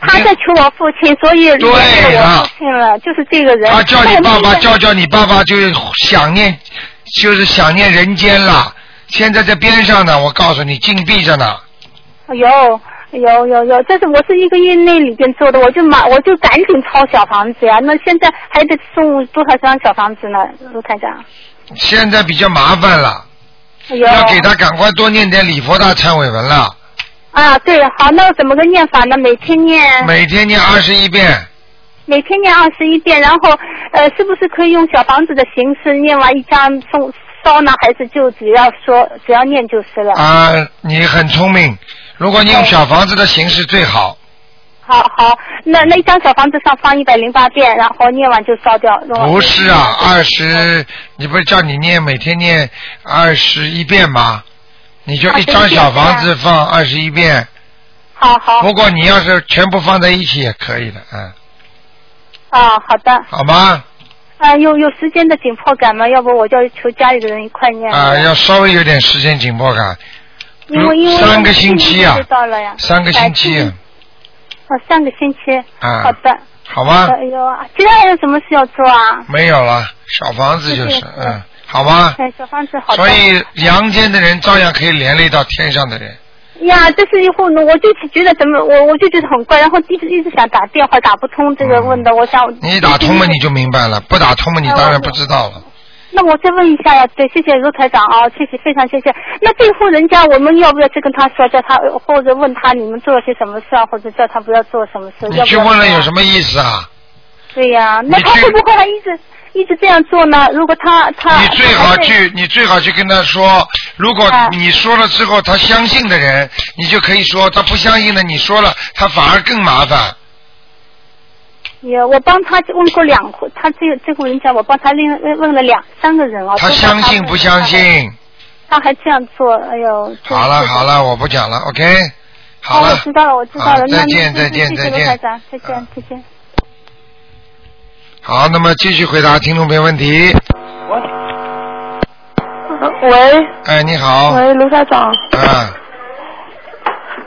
他在求我父亲，所以连累我父亲了，就是这个人。啊他叫你爸爸，但是那叫个叫你爸爸，就是想念，就是想念人间了。现在在边上呢，我告诉你，禁闭着呢。哎有有有有，哎这是我是一个月内里边做的，我就马我就赶紧抄小房子呀。那现在还得送多少张小房子呢，卢台长？现在比较麻烦了，哎呦，要给他赶快多念点礼佛大忏悔文了，啊，对，好，那怎么个念法呢？每天念，每天念二十一遍。每天念二十一遍，然后呃，是不是可以用小房子的形式念完一张送烧呢？还是就只要说只要念就是了？啊，你很聪明，如果你用小房子的形式最好。好好，那那一张小房子上放一百零八遍，然后念完就烧掉。用完不是啊，二十，你不是叫你念每天念二十一遍吗？你就一张小房子放二十一遍。好好。不过你要是全部放在一起也可以的，嗯，啊，好的。好吗？啊，有有时间的紧迫感吗？要不我就求家里的人一块念。啊，要稍微有点时间紧迫感，因为因为三个星期啊我已经知道了呀，三个星期哎。哦，三个星期。啊好的。好吗哎呦，其他还有什么事要做啊？没有了，小房子就谢是谢，嗯，好吗？哎，小方子好的。所以阳间的人照样可以连累到天上的人。呀，这是一户呢，我就觉得怎么，我我就觉得很怪，然后一直一直想打电话打不通，这个问的，我想嗯你打通嗯了你就明白了，不打通了你当然不知道了。那我再问一下呀，对，谢谢卢台长啊，谢谢，非常谢谢。那这户人家，我们要不要去跟他说，叫他或者问他你们做了些什么事啊，或者叫他不要做什么事？你要不去要问了做啊有什么意思啊？对呀、那他会不会还一直一直这样做呢？如果他他你最好去，你最好去跟他说。如果啊你说了之后，他相信的人，你就可以说；他不相信的，你说了，他反而更麻啊烦。也我帮他问过两户，他这个这户人家我帮他另问问了两三个人啊，他都帮相信不相信？他还这样做，哎呦！真是好了好了，我不讲了，OK。好哦我了，知道了，我知道好了。那再见那再见谢谢再卢见啊台长再见再见。好，那么继续回答听众朋友问题。嗯喂哎，你好，嗯喂，卢台长，啊，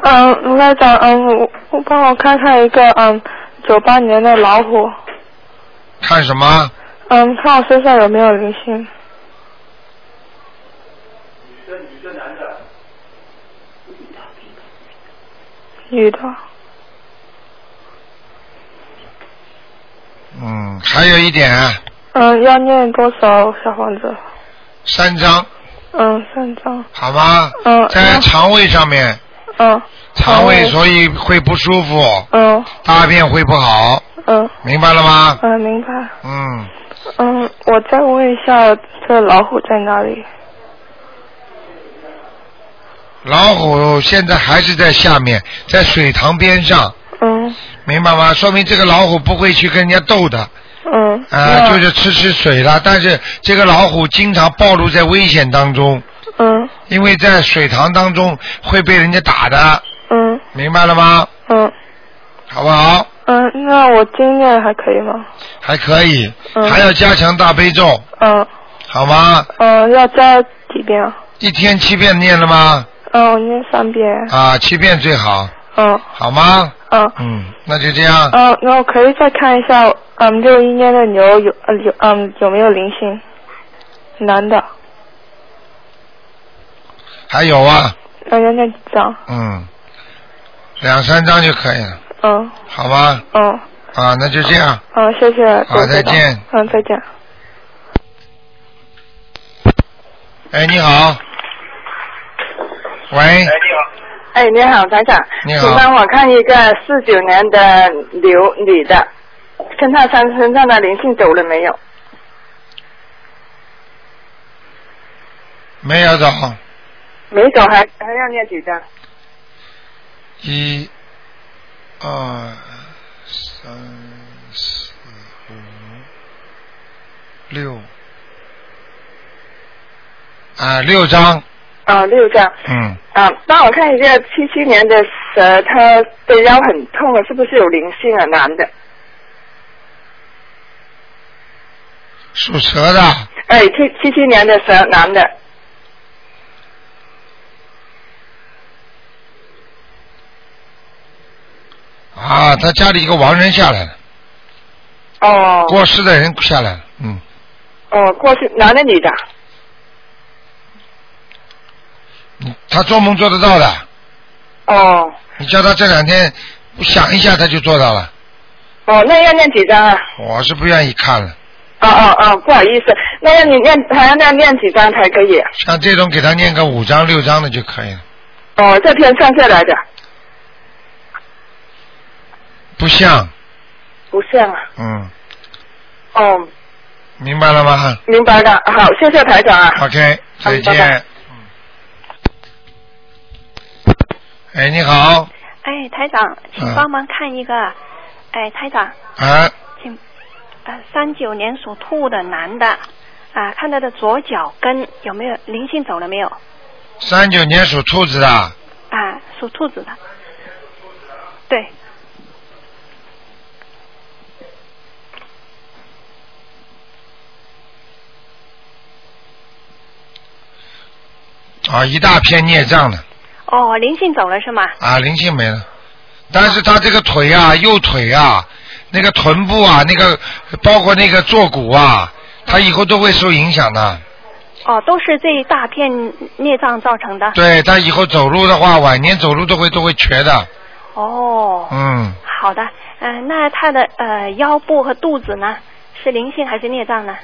嗯，卢台长，嗯，我我帮我看看一个嗯九八年的老虎，看什么？嗯，看我身上有没有灵性。女的，嗯，还有一点，嗯，要念多少小房子？三张，嗯，三张，好吗？嗯在肠胃上面，嗯肠胃肠胃所以会不舒服，嗯大便会不好，嗯明白了吗？嗯，明白。嗯，嗯，我再问一下，这老虎在哪里？老虎现在还是在下面，在水塘边上，嗯明白吗？说明这个老虎不会去跟人家斗的，嗯。啊，就是吃吃水了。但是这个老虎经常暴露在危险当中，嗯因为在水塘当中会被人家打的，嗯明白了吗？嗯好不好？嗯，那我经验还可以吗？还可以，嗯还要加强大悲咒，嗯好吗？嗯，要加几遍啊？一天七遍念了吗？嗯，我念三遍。啊，七遍最好，嗯好吗？嗯。嗯，那就这样。嗯，那我可以再看一下，嗯，六一年的牛有呃有嗯有没有灵性？男的，还有啊，嗯，有那几张？嗯，两三张就可以了，嗯好吗？嗯啊，那就这样。嗯，谢谢。好罗队再长见。嗯，再见。哎，你好。喂，哎，你好，台长，你好请帮我看一个四九年的牛女的，身上身身上的灵性走了没有？没有找没走还，还要念几张？一、二、三、四、五、六，啊，六张，啊，六张。嗯，啊，帮我看一个七七年的蛇，它的腰很痛啊，是不是有灵性啊？男的，属蛇的，哎，七七七年的蛇，男的，啊，他家里一个亡人下来了，哦过世的人下来了，嗯，哦，过去男的女的？他做梦做得到的，哦你叫他这两天想一下，他就做到了。哦，那要念几张啊？我是不愿意看了，哦哦哦，不好意思，那要你念还要念念几张才可以？像这种给他念个五张六张的就可以了，哦，这篇算下来的不像，不像啊。嗯，哦，明白了吗明白的，好，谢谢台长啊。 ？OK，再见。好拜拜嗯哎，你好，哎，台长，请嗯帮忙看一个，哎，台长，啊，请，呃，三九年属兔的男的，啊，看他的左脚跟有没有灵性走了没有？三九年属兔子的，啊，属兔子的，对，啊，一大片孽障的，哦，灵性走了是吗？啊，灵性没了，但是他这个腿啊，右腿啊，那个臀部啊，那个包括那个坐骨啊，他以后都会受影响的。哦，都是这一大片孽障造成的。对他以后走路的话，晚年走路都会都会瘸的。哦，嗯，好的，嗯、那他的呃腰部和肚子呢，是灵性还是孽障呢？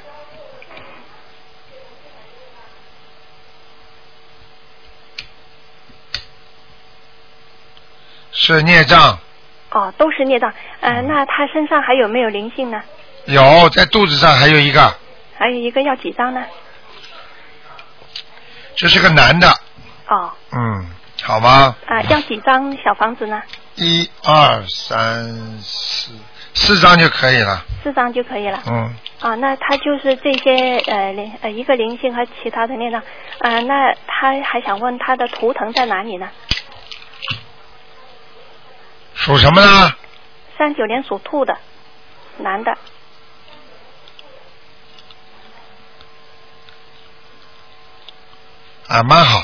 是孽障，哦，都是孽障。嗯呃，那他身上还有没有灵性呢？有在肚子上还有一个，还有一个要几张呢？这是个男的，哦，嗯，好吗？啊、要几张小房子呢？一二三四，四张就可以了。四张就可以了。嗯，啊、那他就是这些呃灵呃一个灵性和其他的孽障。呃，那他还想问他的图腾在哪里呢？属什么呢？三九年属兔的，男的。啊，蛮好，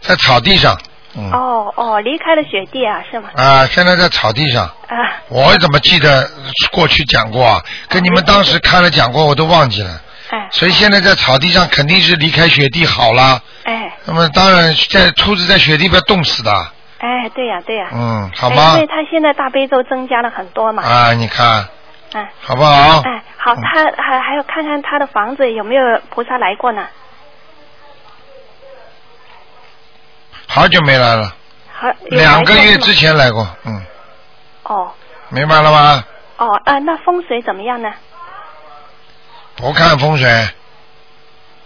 在草地上，嗯，哦哦，离开了雪地啊，是吗？啊，现在在草地上。啊我怎么记得过去讲过啊？跟你们当时看了讲过，我都忘记了。哎所以现在在草地上肯定是离开雪地好了。哎那么当然，在兔子在雪地被冻死的，哎，对呀、对呀、嗯，好哎吗因？为他现在大悲咒增加了很多嘛。啊，你看哎好不好？嗯哎，好，他还还要看看他的房子有没有菩萨来过呢？好久没来了，好，有来两个过月是吗之前来过，嗯，哦明白了吗？哦啊，那风水怎么样呢？不看风水，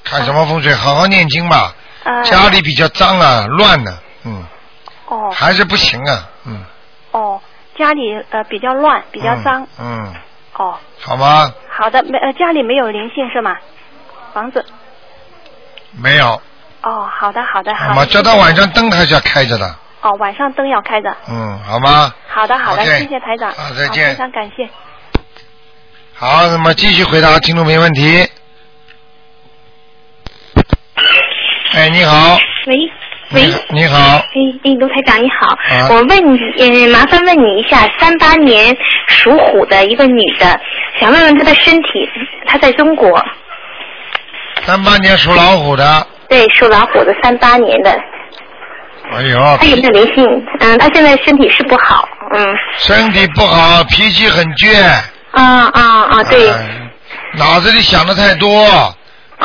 看什么风水？好好念经吧，呃，家里比较脏啊，乱呢、嗯，哦还是不行啊，嗯，哦，家里呃比较乱，比较脏，嗯，哦，好吗？好的，没呃家里没有灵性是吗？房子，没有，哦，好的好的嗯好好吗？的，叫谢他谢晚上灯还是要开着的，哦晚上灯要开的，嗯，好吗？好的好的 OK 谢谢台长，好再见非常感谢。好，那么继续回答听众朋友问题。嗯哎，你好，喂喂，你好，哎哎，卢台长你好，啊我问你，嗯，麻烦问你一下，三八年属虎的一个女的，想问问她的身体，她在中国，三八年属老虎的，对，属老虎的，三八年的，哎呦，她有没有灵性？嗯，她现在身体是不好，嗯，身体不好，脾气很倔，啊啊啊，对，哎脑子里想的太多，什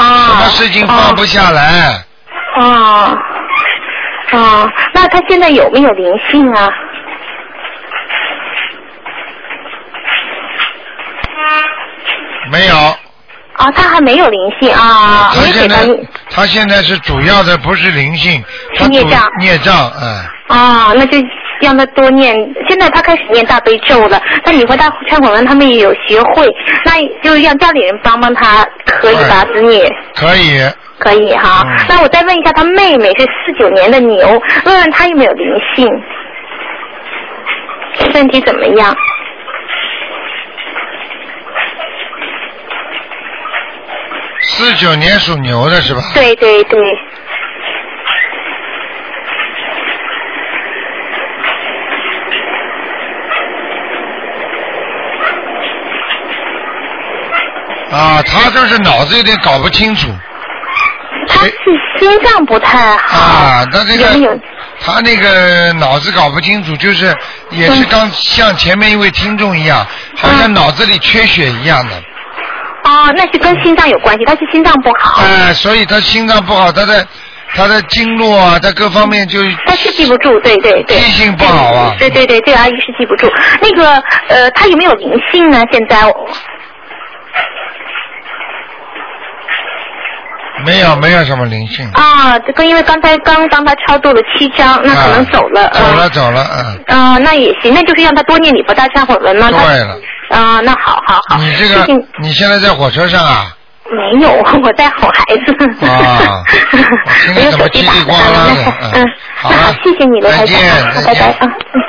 么啊，事情放不下来，啊啊，那她现在有没有灵性啊？没有。啊，她还没有灵性啊，他没给现她在他现在是主要的不是灵性，他主孽障孽障，哎，哦，那就让他多念。现在他开始念大悲咒了，那你和大忏悔文他们也有学会，那就让家里人帮帮他，可以吧，子女？可以，可以哈。那我再问一下，他妹妹是四九年的牛，问问他有没有灵性，身体怎么样？四九年属牛的是吧？对对对，啊，他就是脑子有点搞不清楚哎他是心脏不太好。啊，他这有没个有他那个脑子搞不清楚，就是也嗯是刚像前面一位听众一样，好像脑子里缺血一样的，哦，那是跟心脏有关系，他是心脏不好，哎，所以他心脏不好，他的他的经络啊，他各方面就他是记不住，对对对。记性不好啊。对对对，这个阿姨是记不住。那个呃，她有没有灵性呢？现在没有没有什么灵性，啊，这个因为刚才刚帮她超度了七张，那可能走了。啊走了走了，嗯。嗯、呃那也行，那就是让她多念礼佛大忏悔文嘛。对她了，啊、那好好好。你这个你现在在火车上啊？没有， 我在哄孩子。 啊，我听你怎么叽里呱啦的？嗯，好了，哎谢谢你，罗台长，好拜拜啊。嗯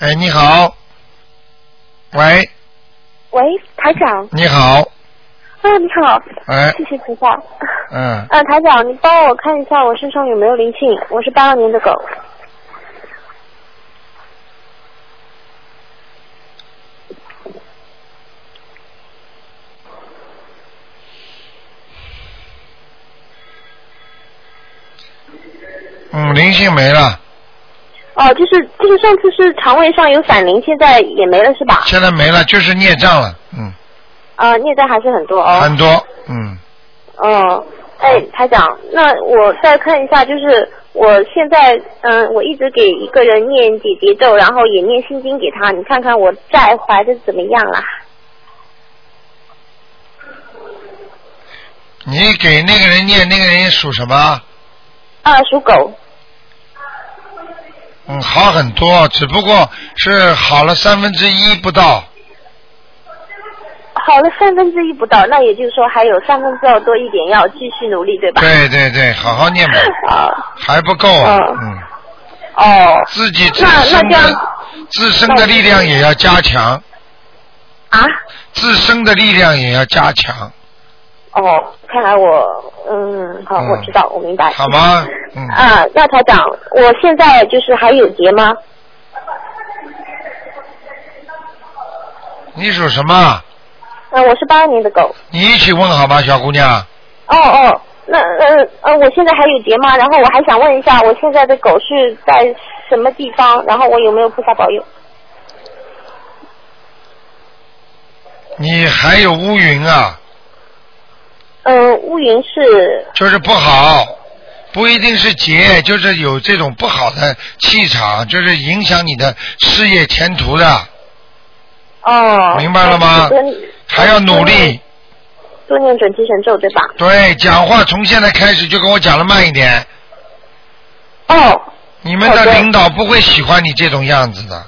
哎，你好，喂，喂，台长。你好，啊，你好。哎，谢谢台长。嗯，啊，台长，你帮我看一下我身上有没有灵性？我是八二年的狗。嗯，灵性没了，哦，就是就是上次是肠胃上有散灵，现在也没了是吧？现在没了，就是孽障了，嗯，呃，孽障还是很多哦。很多，嗯，嗯，哎，台长，那我再看一下，就是我现在，嗯，我一直给一个人念姐姐咒，然后也念心经给他，你看看我债还的怎么样啦？你给那个人念，那个人属什么？啊，属狗。嗯，好很多，只不过是好了三分之一不 到，好了，三分之一不到，那也就是说还有三分之二多一点，要继续努力，对吧？对对对，好好念吧，还不够啊，嗯，哦，自己自那那身这的样自身的力量也要加强，啊？自身的力量也要加强，哦，看来我，嗯，好，嗯我知道，我明白。好吗？嗯，啊，那台长，我现在就是还有结吗？你属什么？嗯，我是八二年的狗。你一起问好吗，小姑娘？哦哦，那呃呃，我现在还有结吗？然后我还想问一下，我现在的狗是在什么地方？然后我有没有菩萨保佑？你还有乌云啊，嗯，乌云是就是不好，不一定是劫，就是有这种不好的气场，就是影响你的事业前途的，哦，明白了吗那是跟还要努力。多念准提神咒，对吧？对，讲话从现在开始就跟我讲的慢一点。哦。你们的领导不会喜欢你这种样子的。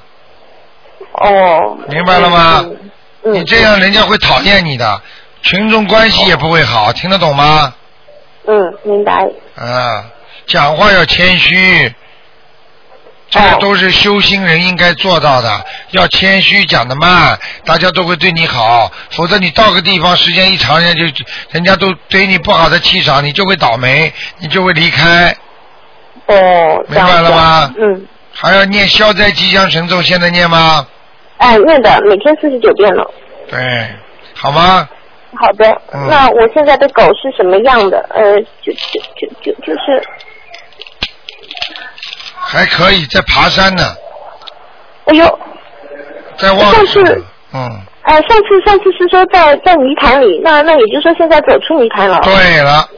哦。明白了吗？嗯嗯、你这样人家会讨厌你的，群众关系也不会好，听得懂吗？嗯，明白。啊，讲话要谦虚，这哦个都是修心人应该做到的。要谦虚，讲的慢，大家都会对你好。否则你到个地方时间一长，人家就人家都对你不好的气场，你就会倒霉，你就会离开。哦，明白了吗？嗯。还要念消灾吉祥神咒，现在念吗？哎，念的，每天四十九遍了。对，哎好吗？好的，嗯那我现在的狗是什么样的？呃，就就就就就是还可以，在爬山呢，哎呦，在望。上次嗯，呃上次上次是说在在泥潭里，那那也就是说现在走出泥潭了。对了，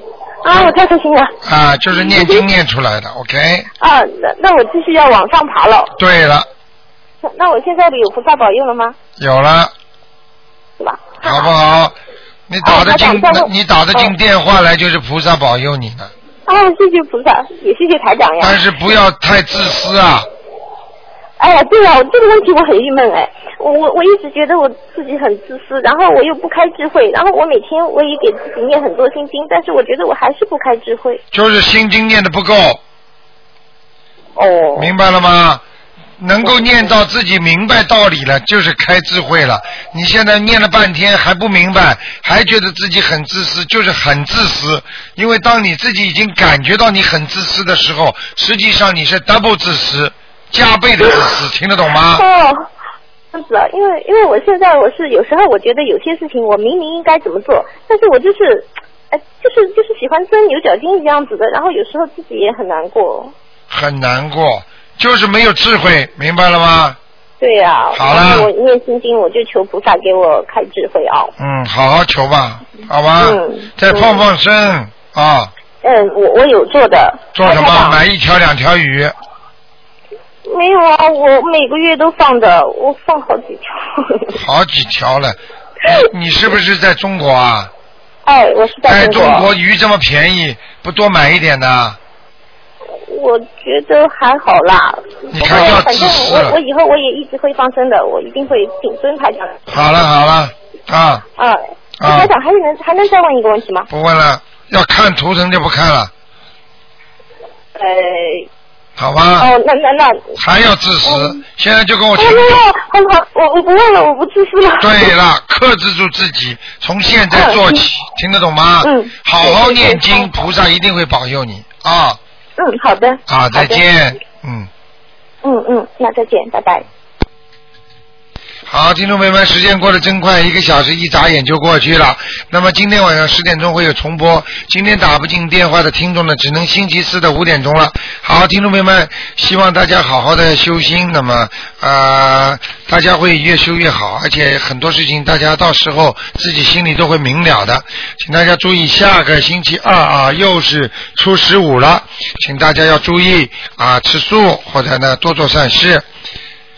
啊，我太开心了啊，就是念经念出来的，OK。啊！那那我继续要往上爬了。对了，那那我现在有菩萨保佑了吗？有了，是吧？好不好？你打得进台长再，问你打得进哦电话来，就是菩萨保佑你呢。啊，谢谢菩萨，也谢谢台长呀。但是不要太自私啊！哎呀，对呀、我这个问题我很郁闷哎，我我我一直觉得我自己很自私，然后我又不开智慧，然后我每天我也给自己念很多心经，但是我觉得我还是不开智慧。就是心经念的不够。哦。明白了吗？能够念到自己明白道理哦了，就是开智慧了。你现在念了半天还不明白，还觉得自己很自私，就是很自私。因为当你自己已经感觉到你很自私的时候，实际上你是 double 自私，加倍的自私，听得懂吗？哦，这样子啊，因为因为我现在我是有时候我觉得有些事情我明明应该怎么做，但是我就是，哎，就是就是喜欢钻牛角尖这样子的，然后有时候自己也很难过。哦很难过，就是没有智慧，明白了吗？对呀、好啦我念心经，我就求菩萨给我开智慧啊、嗯，好好求吧，好吧，嗯再放放生啊、嗯，我我有做的。做什台么？长买一条两条 鱼。没有啊，我每个月都放的，我放好几条。好几条了。你你是不是在中国啊？哎，我是在在中中国，国鱼这么便宜，不多买一点呢？我觉得还好啦。你看要反自正私我我了。以后我也一直会放生的，我一定会谨遵台长。好了好了啊，啊，啊台长还能还能再问一个问题吗？不问了。要看图腾就不看了，呃，好吧？哦，那那那，还要自私，现在就跟我哎请呀。哎呀，我我不问了，我不自私了。对了，克制住自己，从现在做起，听得懂吗？嗯好好念经，菩萨一定会保佑你啊！嗯，好的。啊，再好的见。嗯。嗯嗯，那再见，拜拜。好，听众朋友们，时间过得真快，一个小时一眨眼就过去了。那么今天晚上十点钟会有重播，今天打不进电话的听众呢，只能星期四的五点钟了。好，听众朋友们，希望大家好好的修心，那么呃，大家会越修越好，而且很多事情大家到时候自己心里都会明了的。请大家注意，下个星期二啊，又是初十五了，请大家要注意啊，吃素或者呢多做善事。